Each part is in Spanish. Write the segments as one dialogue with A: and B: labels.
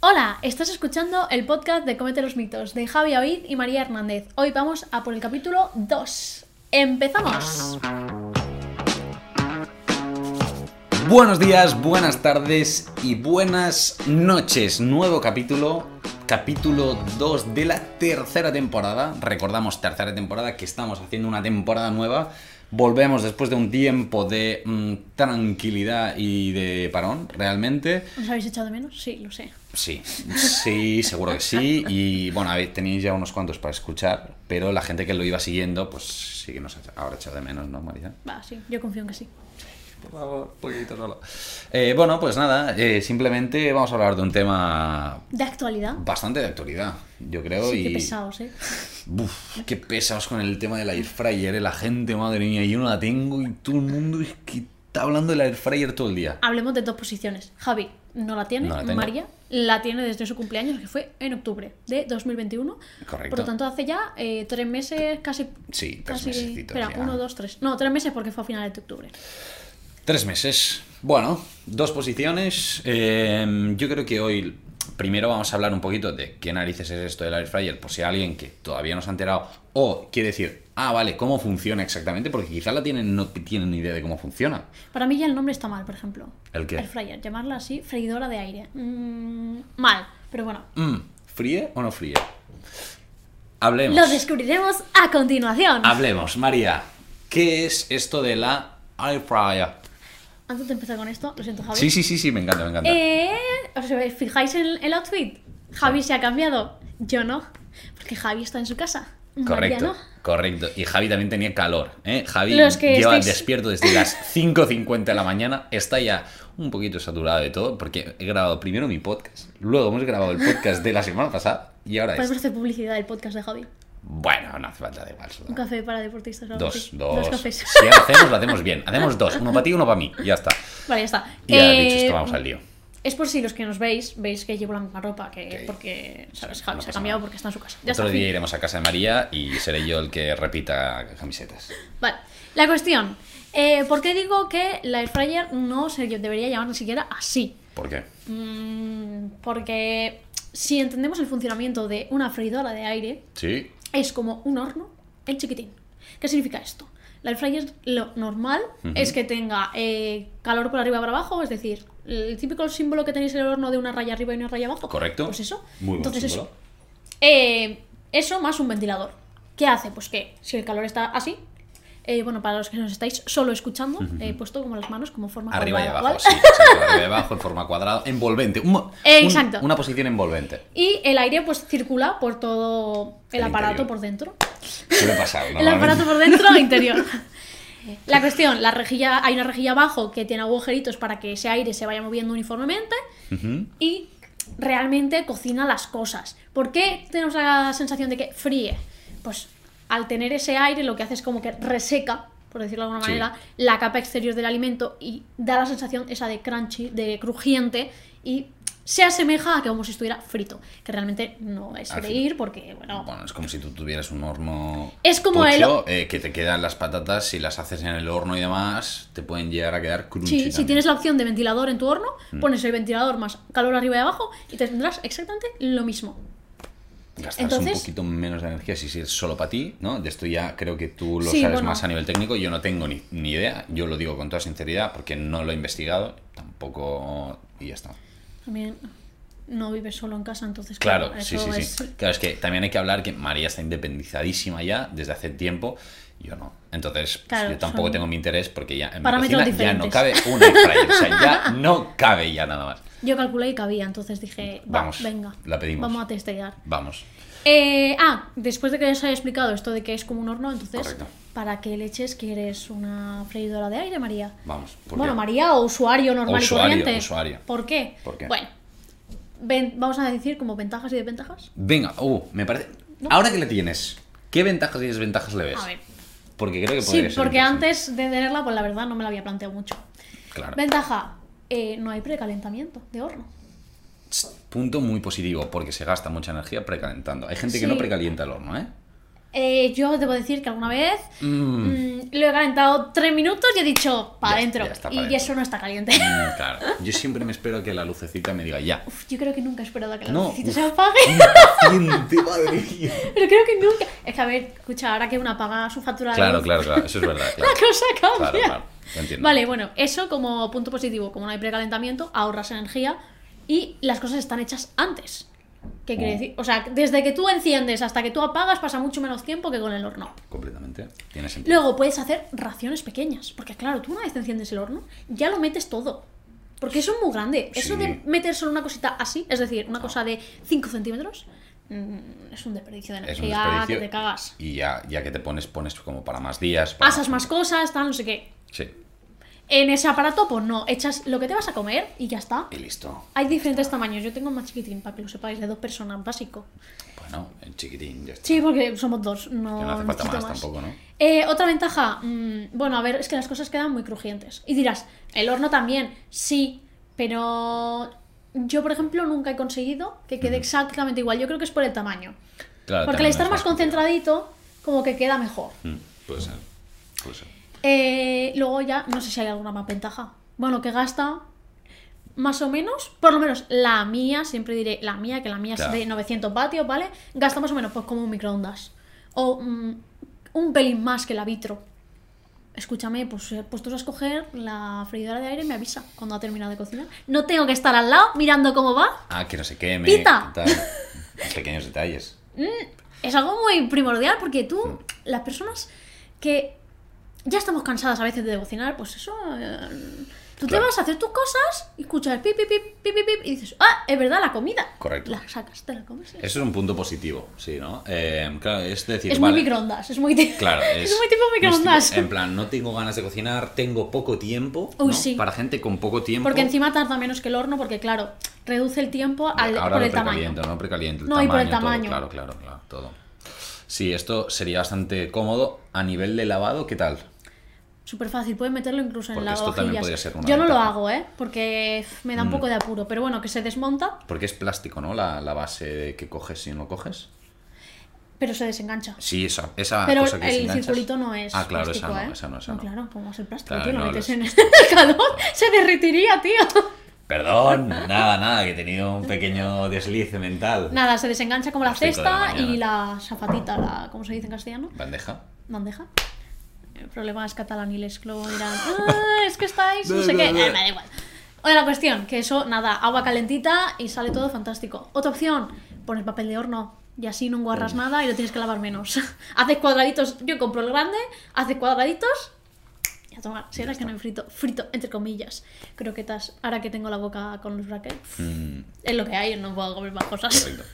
A: Hola, estás escuchando el podcast de Comete los mitos de Javi Avid y María Hernández. Hoy vamos a por el capítulo 2. ¡Empezamos!
B: Buenos días, buenas tardes y buenas noches. Nuevo capítulo, capítulo 2 de la tercera temporada. Recordamos tercera temporada que estamos haciendo una temporada nueva. Volvemos después de un tiempo de mm, tranquilidad y de parón, realmente.
A: ¿Os habéis echado de menos? Sí, lo sé.
B: Sí, sí, seguro que sí. Y bueno, habéis- tenéis ya unos cuantos para escuchar, pero la gente que lo iba siguiendo, pues sí que nos habrá echado de menos, ¿no, María?
A: Va, sí, yo confío en que sí.
B: Por favor, poquito solo. Eh, bueno, pues nada, eh, simplemente vamos a hablar de un tema
A: De actualidad.
B: bastante de actualidad, yo creo.
A: Sí,
B: y...
A: qué pesados, ¿eh?
B: Buf, qué pesados con el tema del air fryer, eh, la gente, madre mía, yo no la tengo y todo el mundo es que está hablando del air fryer todo el día.
A: Hablemos de dos posiciones. Javi no la tiene,
B: No la tengo.
A: María la tiene desde su cumpleaños, que fue en octubre de 2021.
B: Correcto.
A: Por lo tanto, hace ya eh, tres meses, casi.
B: Sí, tres
A: casi,
B: mesecitos
A: Espera,
B: ya.
A: uno, dos, tres. No, tres meses porque fue a finales de octubre.
B: Tres meses. Bueno, dos posiciones. Eh, yo creo que hoy primero vamos a hablar un poquito de qué narices es esto del air fryer, por si hay alguien que todavía no se ha enterado o quiere decir, ah, vale, cómo funciona exactamente, porque quizás la tienen, no tienen ni idea de cómo funciona.
A: Para mí ya el nombre está mal, por ejemplo.
B: ¿El qué?
A: Air fryer, llamarla así, freidora de aire. Mm, mal, pero bueno.
B: Mm, ¿Fríe o no fríe? Hablemos.
A: Lo descubriremos a continuación.
B: Hablemos, María. ¿Qué es esto de la air fryer?
A: Antes de empezar con esto, lo siento, Javi.
B: Sí, sí, sí, sí, me encanta, me encanta.
A: Eh, ¿Os fijáis en el outfit? Javi se ha cambiado, yo no, porque Javi está en su casa. María
B: Correcto,
A: no.
B: correcto. Y Javi también tenía calor. ¿eh? Javi
A: Los que
B: lleva
A: estáis-
B: despierto desde las 5.50 de la mañana. Está ya un poquito saturado de todo porque he grabado primero mi podcast, luego hemos grabado el podcast de la semana pasada y ahora
A: Podemos
B: es...
A: hacer publicidad del podcast de Javi.
B: Bueno, no hace falta de igual. sudar.
A: Un café para deportistas. o algo
B: Dos,
A: así.
B: dos.
A: Dos cafés.
B: Si hacemos, lo hacemos bien. Hacemos dos, uno para ti y uno para mí. Ya está.
A: vale, ya está.
B: Ya,
A: Eh,
B: dicho esto, vamos al lío.
A: Es por si los que nos veis, veis que llevo la misma ropa que
B: Ok.
A: porque, ¿sabes?
B: Sí,
A: Javi
B: no
A: se ha
B: pasa
A: cambiado
B: nada.
A: porque está en su casa. Ya
B: Otro
A: está,
B: día
A: fin.
B: iremos a casa de María y seré yo el que repita camisetas.
A: Vale, la cuestión. Eh, ¿Por qué digo que la air fryer no se debería llamar ni siquiera así?
B: ¿Por qué?
A: Mm, porque si entendemos el funcionamiento de una freidora de aire,
B: Sí.
A: es como un horno en chiquitín. ¿Qué significa esto? La air fryer lo normal
B: Ujú.
A: es que tenga eh, calor por arriba y por abajo, es decir, el típico símbolo que tenéis en el horno de una raya arriba y una raya abajo.
B: Correcto.
A: Pues eso.
B: Muy buen
A: Entonces eso.
B: símbolo.
A: Eh, eso más un ventilador. ¿Qué hace? Pues que si el calor está así, eh, bueno, para los que nos estáis solo escuchando, he puesto como las manos como forma
B: Arriba y
A: cuadrada,
B: abajo,
A: ¿vale?
B: sí, exacto, arriba y abajo, en forma cuadrada, envolvente. un mo-
A: Eh,
B: un-
A: exacto.
B: Una posición envolvente.
A: Y el aire pues circula por todo el,
B: El
A: aparato
B: interior.
A: por dentro.
B: Suele pasar,
A: El
B: normalmente.
A: aparato por dentro interior. La cuestión, la rejilla, hay una rejilla abajo que tiene agujeritos para que ese aire se vaya moviendo uniformemente
B: Ujú.
A: y realmente cocina las cosas. ¿Por qué tenemos la sensación de que fríe? Pues al tener ese aire lo que hace es como que reseca, por decirlo de alguna
B: Sí.
A: manera, la capa exterior del alimento y da la sensación esa de crunchy, de crujiente y se asemeja a que como si estuviera frito, que realmente no es
B: Al fin.
A: freír porque, bueno,
B: Bueno, es como si tú tuvieras un horno.
A: Es como
B: tocho, eh, que te quedan las patatas, si las haces en el horno y demás, te pueden llegar a quedar crunchy.
A: Sí, si
B: también.
A: tienes la opción de ventilador en tu horno,
B: Mm.
A: pones el ventilador más calor arriba y abajo y te tendrás exactamente lo mismo.
B: Gastarás
A: entonces-
B: un poquito menos de energía si es solo para ti, ¿no? De esto ya creo que tú lo
A: Sí,
B: sabes
A: bueno.
B: más a nivel técnico. Yo no tengo ni, ni idea. Yo lo digo con toda sinceridad porque no lo he investigado. Tampoco. Y ya está.
A: También no vives solo en casa, entonces
B: Claro, sí,
A: eso
B: sí,
A: es-
B: sí. Claro, es que también hay que hablar que María está independizadísima ya desde hace tiempo. Yo no. Entonces, pues,
A: Claro,
B: yo tampoco
A: son
B: tengo mi interés porque ya en mi
A: parámetros
B: cocina ya no cabe
A: diferentes.
B: una air fryer. O sea, ya no cabe ya nada más.
A: Yo calculé y cabía, entonces dije, va,
B: Vamos,
A: venga,
B: la pedimos.
A: vamos a testear.
B: Vamos.
A: Eh, ah, después de que os haya explicado esto de que es como un horno, entonces,
B: Correcto.
A: ¿para qué leches quieres una freidora de aire, María?
B: Vamos, ¿por
A: Bueno,
B: qué?
A: María o usuario normal
B: Usuario,
A: y corriente.
B: usuario.
A: ¿Por qué?
B: ¿Por qué?
A: Bueno, ven- vamos a decir como ventajas y desventajas.
B: Venga, uh, me parece.
A: No.
B: Ahora que le tienes, ¿qué ventajas y desventajas le ves?
A: A ver.
B: Porque creo que
A: Sí,
B: podría ser
A: porque
B: interesante.
A: antes de tenerla, pues la verdad no me la había planteado mucho.
B: Claro.
A: Ventaja, eh, no hay precalentamiento de horno.
B: Punto muy positivo, porque se gasta mucha energía precalentando. Hay gente
A: Sí.
B: que no precalienta el horno, ¿eh?
A: Eh, yo debo decir que alguna vez
B: Mm,
A: mm, lo he calentado tres minutos y he dicho para
B: Ya-
A: adentro.
B: ya está, pa'
A: Y
B: dentro.
A: eso no está caliente.
B: mm, claro. Yo siempre me espero que la lucecita me diga ya.
A: Uf, yo creo que nunca he esperado a que la
B: No,
A: lucecita
B: uf.
A: se apague.
B: Impaciente, madre mía.
A: Pero creo que nunca. Es que a ver, escucha, ahora que uno apaga su factura. de
B: Claro,
A: luz,
B: claro, claro. Eso es verdad.
A: La
B: Claro,
A: cosa cambia.
B: claro. claro, lo entiendo.
A: Vale, bueno, eso como punto positivo, como no hay precalentamiento, ahorras energía y las cosas están hechas antes. ¿Qué quiere
B: Mm.
A: decir? O sea, desde que tú enciendes hasta que tú apagas pasa mucho menos tiempo que con el horno.
B: Completamente. Tiene sentido.
A: Luego puedes hacer raciones pequeñas, porque claro, tú una vez te enciendes el horno, ya lo metes todo. Porque eso es muy grande. Eso
B: Sí. Ah.
A: de meter solo una cosita así, es decir, una cosa de 5 centímetros, mm, es un desperdicio de
B: Es un
A: energía
B: desperdicio.
A: que te cagas.
B: Y ya, ya que te pones, pones como para más días. para
A: Pasas más cosas, tal, no sé qué.
B: Sí.
A: En ese aparato, pues no, echas lo que te vas a comer y ya está.
B: Y listo.
A: Hay diferentes tamaños. Yo tengo el más chiquitín, para que lo sepáis, de dos personas, básico.
B: Bueno, el chiquitín. Ya está.
A: Sí, porque somos dos, no,
B: Que no hace falta
A: necesito
B: más, tampoco, ¿no?
A: Eh, Otra ventaja, mm, bueno, a ver, es que las cosas quedan muy crujientes. Y dirás, el horno también, sí, pero yo, por ejemplo, nunca he conseguido que quede exactamente igual. Yo creo que es por el tamaño.
B: Claro,
A: porque al
B: también
A: estar
B: es
A: más concentradito, como que queda mejor.
B: Mm, Puede ser. Puede ser.
A: Eh, luego ya, no sé si hay alguna más ventaja. Bueno, que gasta más o menos, por lo menos la mía, siempre diré la mía, que la mía
B: Claro.
A: es de 900 vatios, ¿vale? Gasta más o menos pues como un microondas. O mm, un pelín más que la vitro. Escúchame, pues, eh, pues tú vas a escoger la freidora de aire y me avisa cuando ha terminado de cocinar. No tengo que estar al lado mirando cómo va.
B: Ah, que no se queme.
A: ¡Pita!
B: que tal. Los pequeños detalles.
A: Es algo muy primordial porque tú, las personas que ya estamos cansadas a veces de cocinar, pues eso. eh, tú
B: Claro.
A: te vas a hacer tus cosas y escuchas pip, pip, pip, pip, pip, pip, y dices, ah, es verdad, la comida.
B: Correcto.
A: La sacas, te la comes.
B: Eso es un punto positivo, sí, ¿no? Eh, claro, es decir,
A: es
B: vale,
A: muy microondas, es muy, ti-
B: Claro,
A: es, muy tipo
B: no es
A: microondas.
B: tipo- en plan, no tengo ganas de cocinar, tengo poco tiempo.
A: Uy,
B: ¿no?
A: sí.
B: Para gente con poco tiempo.
A: porque encima tarda menos que el horno, porque claro, reduce el tiempo al,
B: Ahora
A: por
B: lo
A: el tamaño.
B: precaliento, no precaliento, el
A: No, y por el
B: tamaño, todo,
A: tamaño.
B: claro, claro, claro, todo. Sí, esto sería bastante cómodo. A nivel de lavado, ¿qué tal?
A: Súper fácil, puedes meterlo incluso en
B: Porque
A: la
B: esto también podría ser una
A: Yo no lo
B: ventaja. Mm.
A: hago, ¿eh? Porque uf, me da un poco de apuro, pero bueno, que se desmonta,
B: Porque es plástico, ¿no? La, la base que coges y no coges.
A: pero se desengancha.
B: Sí, esa, esa
A: Pero
B: Ah, cosa que si
A: el
B: enganchas-
A: circulito no es.
B: Ah, claro,
A: plástico,
B: esa no,
A: ¿eh?
B: esa no, esa no.
A: Claro, ¿cómo es el plástico?
B: Claro,
A: tío, lo
B: no,
A: metes
B: los-
A: en el calor, se derretiría, tío.
B: Perdón, nada, nada, que he tenido un pequeño desliz mental.
A: Nada, se desengancha como la
B: Plástico de la
A: cesta y
B: mañana.
A: la zapatita, la, ¿cómo se dice en castellano?
B: ¿Bandeja?
A: Bandeja. Eh, Problemas catalanes que luego dirán, "Ah, es que estáis, no
B: No,
A: sé
B: no,
A: qué.
B: no.
A: Ah, me da igual. O la cuestión, que eso, nada, agua calentita y sale todo fantástico. Otra opción, poner papel de horno y así no guarras nada y lo tienes que lavar menos. haces cuadraditos, yo compro el grande, haces cuadraditos y a tomar. Si
B: Ya
A: ahora que
B: está.
A: no hay frito, frito, entre comillas, croquetas, ahora que tengo la boca con los brackets,
B: Mm,
A: es lo que hay, no puedo comer más cosas.
B: correcto.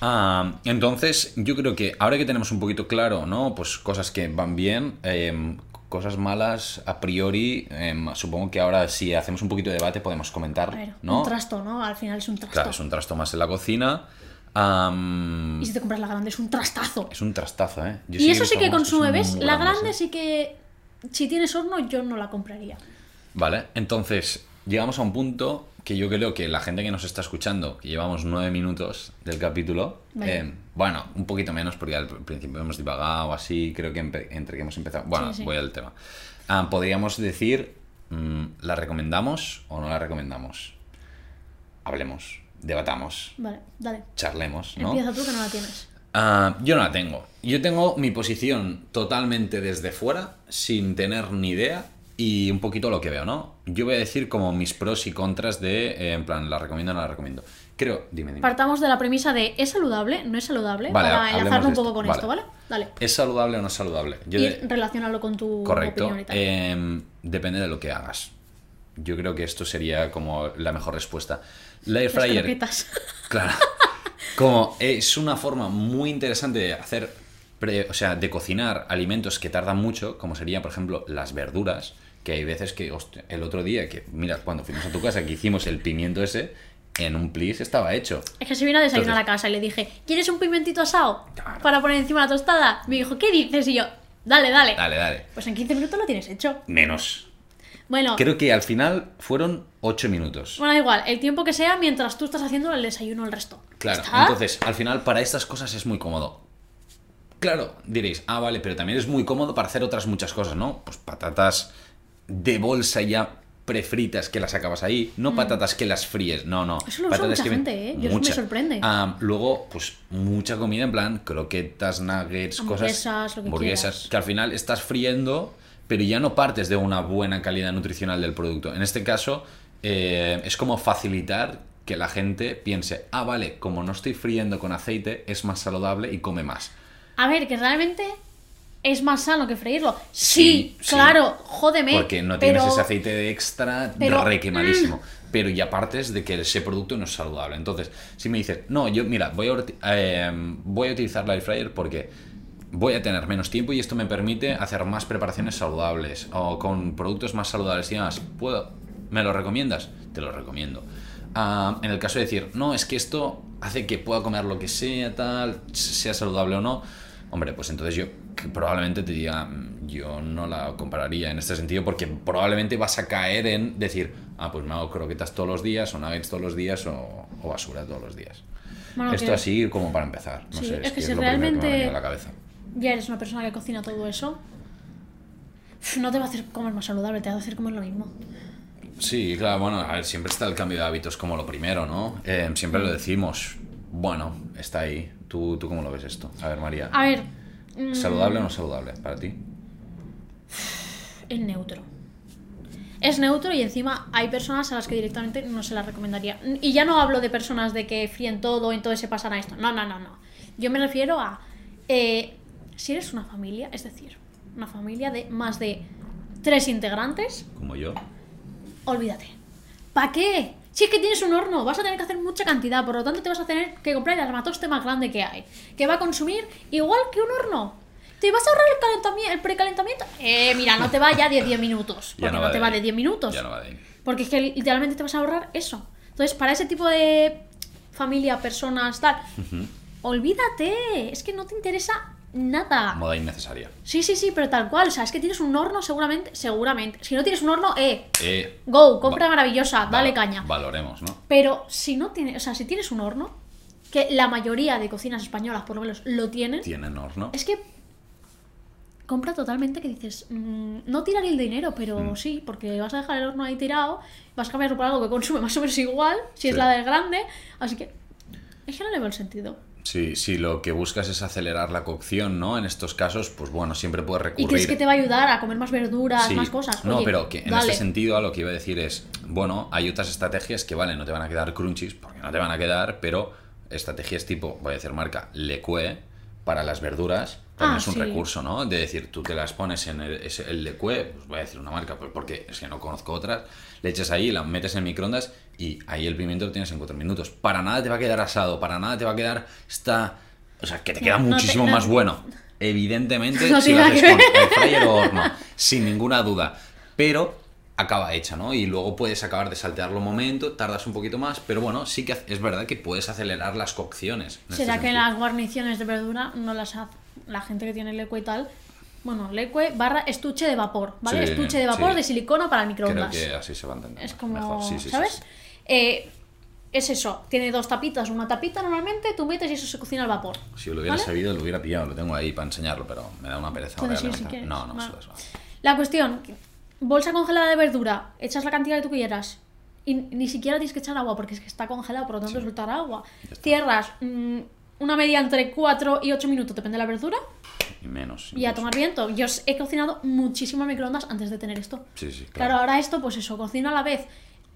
B: Ah, entonces, yo creo que ahora que tenemos un poquito claro, ¿no? Pues cosas que van bien, em, cosas malas a priori, em, supongo que ahora si hacemos un poquito de debate podemos comentar,
A: A ver,
B: ¿no?
A: un trasto, ¿no? Al final es un trasto.
B: Claro, es un trasto más en la cocina. Am,
A: Y si te compras la grande es un trastazo.
B: es un trastazo, ¿eh? Yo
A: Y
B: he
A: eso sí
B: visto
A: que
B: algunos
A: consume,
B: son
A: ¿ves?
B: muy
A: La
B: grandes,
A: grande
B: ¿eh?
A: sí que. Si tienes horno, yo no la compraría.
B: Vale, entonces llegamos a un punto que yo creo que la gente que nos está escuchando, que llevamos nueve minutos del capítulo,
A: Vale.
B: eh, bueno, un poquito menos porque al principio hemos divagado así, creo que empe- entre que hemos empezado, bueno,
A: Sí, sí.
B: voy al tema. Ah, Podríamos decir, mm, ¿la recomendamos o no la recomendamos? Hablemos, debatamos,
A: Vale, dale.
B: charlemos, ¿no?
A: Empieza tú que no la tienes.
B: Ah, yo no la tengo. Yo tengo mi posición totalmente desde fuera, sin tener ni idea y un poquito lo que veo, ¿no? Yo voy a decir como mis pros y contras de, eh, en plan, la recomiendo o no la recomiendo. Creo, dime, dime.
A: Partamos de la premisa de ¿es saludable? ¿No es saludable?
B: Vale,
A: para
B: ha- hablemos
A: enlazarlo un
B: de
A: poco
B: esto.
A: con
B: Vale.
A: esto, ¿vale? Dale.
B: ¿Es saludable o no es saludable? Yo
A: y
B: de-
A: relacionarlo con tu
B: Correcto.
A: opinión y tal.
B: eh, depende de lo que hagas. Yo creo que esto sería como la mejor respuesta. La air
A: Las
B: fryer
A: croquetas.
B: Claro. Como es una forma muy interesante de hacer, pre- o sea, de cocinar alimentos que tardan mucho, como sería, por ejemplo, las verduras, que hay veces que, hostia, el otro día, que mira, cuando fuimos a tu casa, que hicimos el pimiento ese, en un plis estaba hecho.
A: Es que se vino a desayunar
B: Entonces-
A: a casa y le dije, ¿quieres un pimentito asado?
B: Claro.
A: Para poner encima la tostada. Me dijo, ¿qué dices? Y yo, dale, dale.
B: Dale, dale.
A: Pues en 15 minutos lo tienes hecho.
B: Menos.
A: Bueno,
B: Creo que al final fueron 8 minutos.
A: bueno, da igual, el tiempo que sea mientras tú estás haciendo el desayuno el resto.
B: Claro,
A: ¿Está?
B: entonces, al final para estas cosas es muy cómodo. Claro, diréis, ah, vale, pero también es muy cómodo para hacer otras muchas cosas, ¿no? Pues patatas de bolsa ya prefritas que las acabas ahí, no patatas que las fríes, no, no.
A: Mm. Eso lo usa
B: patatas
A: mucha
B: que ven-
A: gente, ¿eh? Yo- me sorprende.
B: Ah, luego, pues mucha comida en plan, croquetas, nuggets,
A: Hamburguesas,
B: cosas,
A: lo que quieras.
B: que al final estás friendo, pero ya no partes de una buena calidad nutricional del producto. En este caso, eh, es como facilitar que la gente piense, ah, vale, como no estoy friendo con aceite, es más saludable y come más.
A: A ver, que realmente es más sano que freírlo.
B: Sí,
A: Sí,
B: sí.
A: claro, jódeme.
B: Porque no tienes
A: pero-
B: ese aceite de extra
A: pero- mm.
B: re quemadísimo. Pero y aparte es de que ese producto no es saludable. Entonces, si me dices, no, yo, mira, voy a, orti- eh, voy a utilizar la air fryer porque voy a tener menos tiempo y esto me permite hacer más preparaciones saludables o con productos más saludables y demás. ¿Puedo? ¿Me lo recomiendas? Te lo recomiendo. Ah, en el caso de decir, no, es que esto hace que pueda comer lo que sea, tal, sea saludable o no. Hombre, pues entonces yo que probablemente te diga, "Mm, yo no la compararía en este sentido porque probablemente vas a caer en decir, ah, pues me hago croquetas todos los días o nuggets todos los días o, o basura todos los días.
A: Bueno,
B: Esto
A: que
B: así como para empezar. No
A: Ah, Sí,
B: sé,
A: es
B: es,
A: que
B: que
A: si
B: es lo primero que me ha venido
A: realmente-
B: a la cabeza.
A: Ya eres una persona que cocina todo eso. Uf, No te va a hacer comer más saludable, te va a hacer comer lo mismo.
B: Sí, claro, bueno, a ver, siempre está el cambio de hábitos como lo primero, ¿no? Eh, siempre lo decimos. Bueno, está ahí. ¿Tú, ¿Tú cómo lo ves esto? A ver, María.
A: A ver, mm,
B: ¿Saludable o no saludable para ti?
A: es neutro. Es neutro y encima hay personas a las que directamente no se las recomendaría. Y ya no hablo de personas de que fríen todo, entonces se pasan a esto. No, no, no, no. Yo me refiero a eh, si eres una familia, es decir, una familia de más de tres integrantes,
B: Como yo.
A: olvídate. ¿Para qué? Si es que tienes un horno, vas a tener que hacer mucha cantidad, por lo tanto te vas a tener que comprar el armatoste más grande que hay, que va a consumir igual que un horno. ¿Te vas a ahorrar el, calentami- el precalentamiento? Eh, mira, no te va ya de 10 minutos, porque no, te
B: de
A: va
B: ahí.
A: de 10 minutos.
B: Ya no va de ahí.
A: Porque es que literalmente te vas a ahorrar eso. Entonces, para ese tipo de familia, personas, tal, olvídate, es que no te interesa nada.
B: Moda innecesaria.
A: Sí, sí, sí, pero tal cual, o sea, es que tienes un horno seguramente, seguramente. Si no tienes un horno, eh,
B: Eh,
A: Go, compra
B: Va-
A: maravillosa, dale
B: val-
A: Ah, caña.
B: Valoremos, ¿no?
A: Pero si no tienes, o sea, si tienes un horno, que la mayoría de cocinas españolas por lo menos lo tienen,
B: Tienen horno.
A: es que compra totalmente que dices, mm, no tirar el dinero, pero
B: Mm.
A: sí, porque vas a dejar el horno ahí tirado, vas a cambiarlo por algo que consume más o menos igual, si es
B: Sí.
A: la del grande, así que es que no le veo el sentido.
B: Sí, si lo que buscas es acelerar la cocción, ¿no? En estos casos, pues bueno, siempre
A: Y
B: puedes recurrir.
A: crees que te va a ayudar a comer más verduras,
B: Sí.
A: más cosas.
B: No,
A: Oye,
B: pero que en
A: dale.
B: este sentido a lo que iba a decir es, bueno, hay otras estrategias que, vale, no te van a quedar crunchies, porque no te van a quedar, pero estrategias tipo, voy a decir marca, lecue, para las verduras, también
A: Ah,
B: es un
A: sí.
B: recurso, ¿no? De decir, tú te las pones en el, ese- el lecue, pues voy a decir una marca, pues porque es que no conozco otras, le echas ahí, la metes en el microondas y ahí el pimiento lo tienes en cuatro minutos. Para nada te va a quedar asado, para nada te va a quedar esta... O sea, que te
A: No,
B: queda
A: no te-
B: muchísimo
A: no-
B: más bueno. Evidentemente
A: No
B: si
A: tiene
B: lo
A: nada
B: haces
A: que
B: con
A: ver.
B: air fryer o horno, sin ninguna duda. Pero acaba hecha, ¿no? Y luego puedes acabar de saltearlo un momento, tardas un poquito más, pero bueno, sí que ha- es verdad que puedes acelerar las cocciones. en este
A: ¿Será que
B: sentido.
A: las guarniciones de verdura no las hace la gente que tiene lecue y tal? Bueno, lecue barra estuche de vapor, ¿vale?
B: Sí,
A: estuche de vapor
B: sí.
A: de silicona para el
B: Creo
A: microondas.
B: que así se va a entender.
A: Es como,
B: mejor. Sí, sí, sí,
A: ¿sabes?
B: sí.
A: Eh, es eso, tiene dos tapitas, una tapita normalmente, tú metes y eso se cocina al vapor.
B: Si lo hubiera
A: ¿vale?
B: sabido, lo hubiera pillado, lo tengo ahí para enseñarlo, pero me da una pereza ahora
A: Puedes ir si
B: levantar.
A: quieres.
B: No, no,
A: Vale.
B: eso es-
A: La cuestión, bolsa congelada de verdura, echas la cantidad que tú quieras. Y ni siquiera tienes que echar agua porque es que está congelado, por lo tanto es soltar agua.
B: Ya está.
A: Cierras mm, una media entre 4 y 8 minutos, depende de la verdura.
B: Y menos.
A: Y a
B: incluso.
A: tomar viento. Yo os he cocinado muchísimo en microondas antes de tener esto.
B: Sí, sí,
A: Claro,
B: claro.
A: ahora esto, pues eso, cocino a la vez,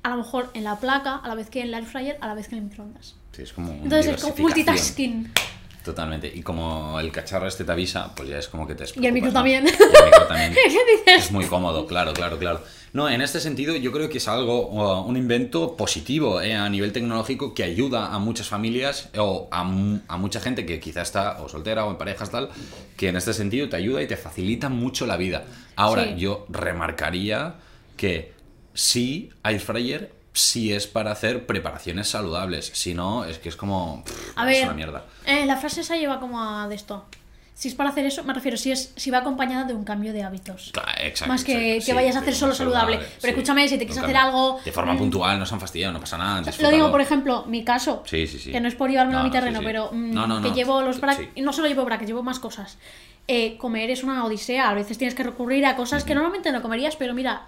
A: a lo mejor en la placa, a la vez que en la air fryer, a la vez que en el microondas.
B: Sí, es como una
A: Entonces es como
B: diversificación. Mm.
A: multitasking.
B: Totalmente. Y como el cacharro este te avisa, pues ya es como que te
A: Y el micro
B: despreocupas, ¿no?
A: también.
B: Y el micro también.
A: ¿Qué dices?
B: Es muy cómodo, claro, claro, claro. No, en este sentido yo creo que es algo, uh, un invento positivo eh, a nivel tecnológico que ayuda a muchas familias o a, mu- a mucha gente que quizá está o soltera o en parejas tal, que en este sentido te ayuda y te facilita mucho la vida. Ahora,
A: Sí.
B: yo remarcaría que sí, air fryer sí es para hacer preparaciones saludables, si no es que es como pff,
A: A
B: es
A: ver,
B: una mierda.
A: eh, la frase esa lleva como a de esto. Si es para hacer eso, me refiero, si es si va acompañada de un cambio de hábitos.
B: Claro, exacto,
A: Más que,
B: exacto,
A: que
B: sí,
A: vayas a
B: sí,
A: hacer
B: más
A: solo saludable.
B: sí.
A: Pero escúchame, si te quieres
B: Nunca
A: hacer
B: me-
A: algo.
B: De forma
A: mm,
B: puntual, no se han fastidiado, no pasa nada.
A: Lo digo,
B: disfrútalo.
A: por ejemplo, mi caso.
B: Sí, sí, sí.
A: Que no es por llevarme
B: No,
A: a mi
B: no, sí,
A: terreno,
B: sí.
A: pero mm,
B: No, no,
A: que
B: no,
A: llevo los
B: sí.
A: brackets. No solo llevo brackets, llevo más cosas. Eh, comer es una odisea. A veces tienes que recurrir a cosas que normalmente no comerías, pero mira,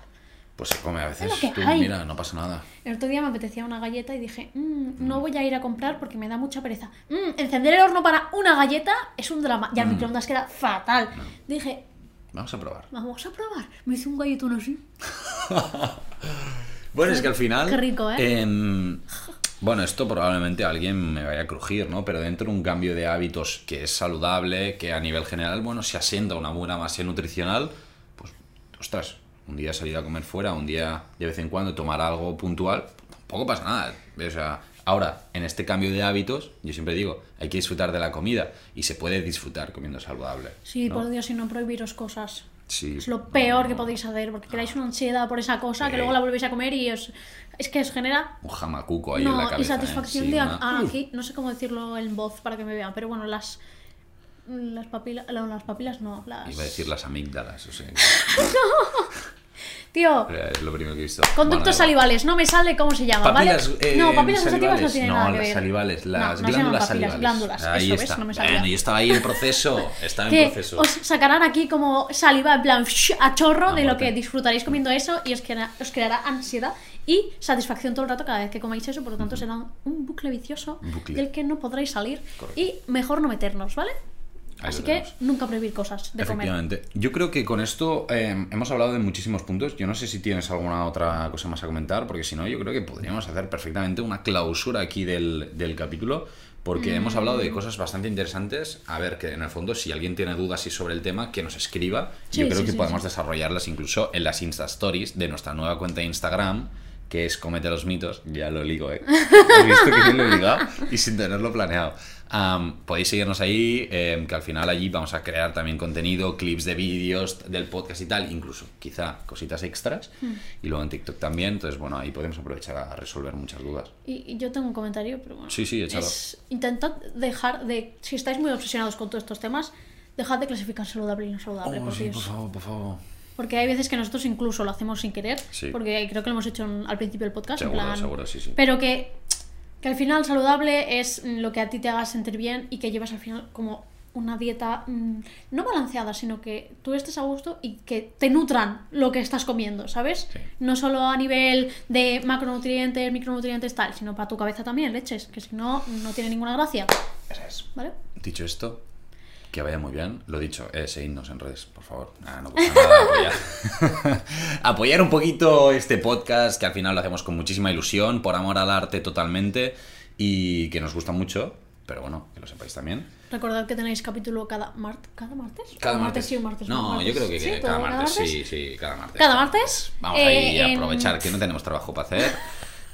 B: Pues se come a veces.
A: lo que
B: tú,
A: hay.
B: mira, no pasa nada.
A: el otro día me apetecía una galleta y dije, "Mm, no voy a ir a comprar porque me da mucha pereza. Mm, encender el horno para una galleta es un drama. Y al
B: Mm.
A: microondas queda fatal. Dije,
B: Vamos a probar.
A: vamos a probar. Me hice un galletón así.
B: Bueno, es que al final.
A: Qué rico, ¿eh?
B: em, bueno, esto probablemente alguien me vaya a crujir, ¿no? Pero dentro de un cambio de hábitos que es saludable, que a nivel general, bueno, se asienta una buena base nutricional, pues, ostras, un día salir a comer fuera, un día de vez en cuando tomar algo puntual, tampoco pasa nada. O sea, ahora, en este cambio de hábitos, yo siempre digo, hay que disfrutar de la comida y se puede disfrutar comiendo saludable.
A: Sí,
B: ¿no?
A: por Dios, si no prohibiros cosas.
B: Sí,
A: Es lo
B: no,
A: peor que
B: no.
A: podéis hacer, porque creáis una ansiedad por esa cosa
B: Sí.
A: que luego la volvéis a comer y os. Es que os genera.
B: Un jamacuco ahí en la
A: No,
B: cabeza.
A: y
B: ¿eh?
A: satisfacción
B: Sí,
A: de.
B: una-
A: ah, aquí, no sé cómo decirlo en voz para que me vean, pero bueno, las. Las papilas. No, las papilas no. Las...
B: Iba a decir las amígdalas, o sea,
A: Tío,
B: pero es lo primero que he visto.
A: conductos
B: Bueno,
A: salivales, no me sale cómo se llama,
B: Papilas,
A: ¿vale?
B: eh,
A: no, papilas gustativas no
B: salivales.
A: tienen
B: No,
A: nada que
B: las
A: ver.
B: salivales,
A: No,
B: las
A: no se llaman papilas,
B: glándulas salivales.
A: glándulas,
B: Ahí
A: eso, ¿ves?
B: está.
A: No me salía.
B: Bueno, y estaba ahí en proceso, estaba en
A: que
B: proceso.
A: os sacarán aquí como saliva en plan ¡fsh! a chorro
B: A
A: de lo
B: muerte.
A: que disfrutaréis comiendo eso y os creará, os creará ansiedad y satisfacción todo el rato cada vez que comáis eso, por lo tanto será un bucle vicioso
B: Un bucle.
A: del que no podréis salir
B: Correcto.
A: y mejor no meternos, ¿vale?
B: Ahí
A: Así
B: lo
A: que
B: tenemos.
A: nunca prohibir cosas de comer.
B: Efectivamente. Yo creo que con esto eh, hemos hablado de muchísimos puntos. Yo no sé si tienes alguna otra cosa más a comentar, porque si no, yo creo que podríamos hacer perfectamente una clausura aquí del, del capítulo,
A: Mm.
B: porque hemos hablado de cosas bastante interesantes. A ver, que en el fondo, si alguien tiene dudas así sobre el tema, que nos escriba.
A: Sí,
B: yo creo
A: sí,
B: que
A: sí,
B: podemos
A: sí.
B: desarrollarlas incluso en las Insta Stories de nuestra nueva cuenta de Instagram que es Comete los mitos, ya lo ligo, ¿eh? He visto que bien lo he ligado y sin tenerlo planeado. Am, podéis seguirnos ahí, em, que al final allí vamos a crear también contenido, clips de vídeos del podcast y tal, incluso quizá cositas extras.
A: Hmm.
B: Y luego en TikTok también, entonces bueno, ahí podemos aprovechar a resolver muchas dudas.
A: Y, y yo tengo un comentario, pero bueno.
B: Sí, sí, échalo.
A: Es- intentad dejar de, si estáis muy obsesionados con todos estos temas, dejad de clasificar saludable y no saludable,
B: Oh,
A: por
B: sí,
A: Dios.
B: por favor, por favor.
A: Porque hay veces que nosotros incluso lo hacemos sin querer,
B: Sí.
A: porque creo que lo hemos hecho en- al principio del podcast. en
B: Seguro,
A: plan-
B: seguro, sí, sí.
A: Pero que, que al final saludable es mm, lo que a ti te haga sentir bien y que llevas al final como una dieta mm, no balanceada, sino que tú estés a gusto y que te nutran lo que estás comiendo, ¿sabes?
B: Sí.
A: No solo a nivel de macronutrientes, micronutrientes, tal, sino para tu cabeza también, leches, que si no, no tiene ninguna gracia,
B: Eso es.
A: ¿vale?
B: Dicho esto, que vaya muy bien. Lo dicho, eh, seguidnos en redes, por favor. Ah, no cuesta nada apoyar. apoyar un poquito este podcast, que al final lo hacemos con muchísima ilusión, por amor al arte totalmente, y que nos gusta mucho. Pero bueno, que lo sepáis también.
A: Recordad que tenéis capítulo cada, mart ¿cada martes.
B: Cada
A: O
B: martes.
A: sí, un martes.
B: No,
A: un martes.
B: yo creo que
A: Sí,
B: cada,
A: todo
B: martes, Sí, sí, cada martes.
A: Cada martes,
B: Vamos ahí
A: eh,
B: a aprovechar
A: en-
B: que no tenemos trabajo para hacer.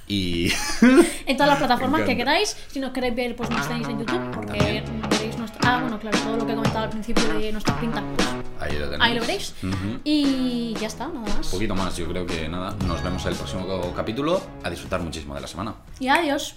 B: Y.
A: En todas las plataformas
B: Me
A: que
B: encanta. Ah,
A: queráis. Si nos queréis ver, pues nos tenéis en YouTube. Porque
B: También.
A: veréis nuestro. Ah, bueno, claro, todo lo que he comentado al principio de nuestra pinta. pues,
B: ahí lo tenéis.
A: ahí lo veréis.
B: Ujú. Pues
A: Y ya está, nada más.
B: poquito más, yo creo que nada. Nos vemos en el próximo capítulo. A disfrutar muchísimo de la semana.
A: Y adiós.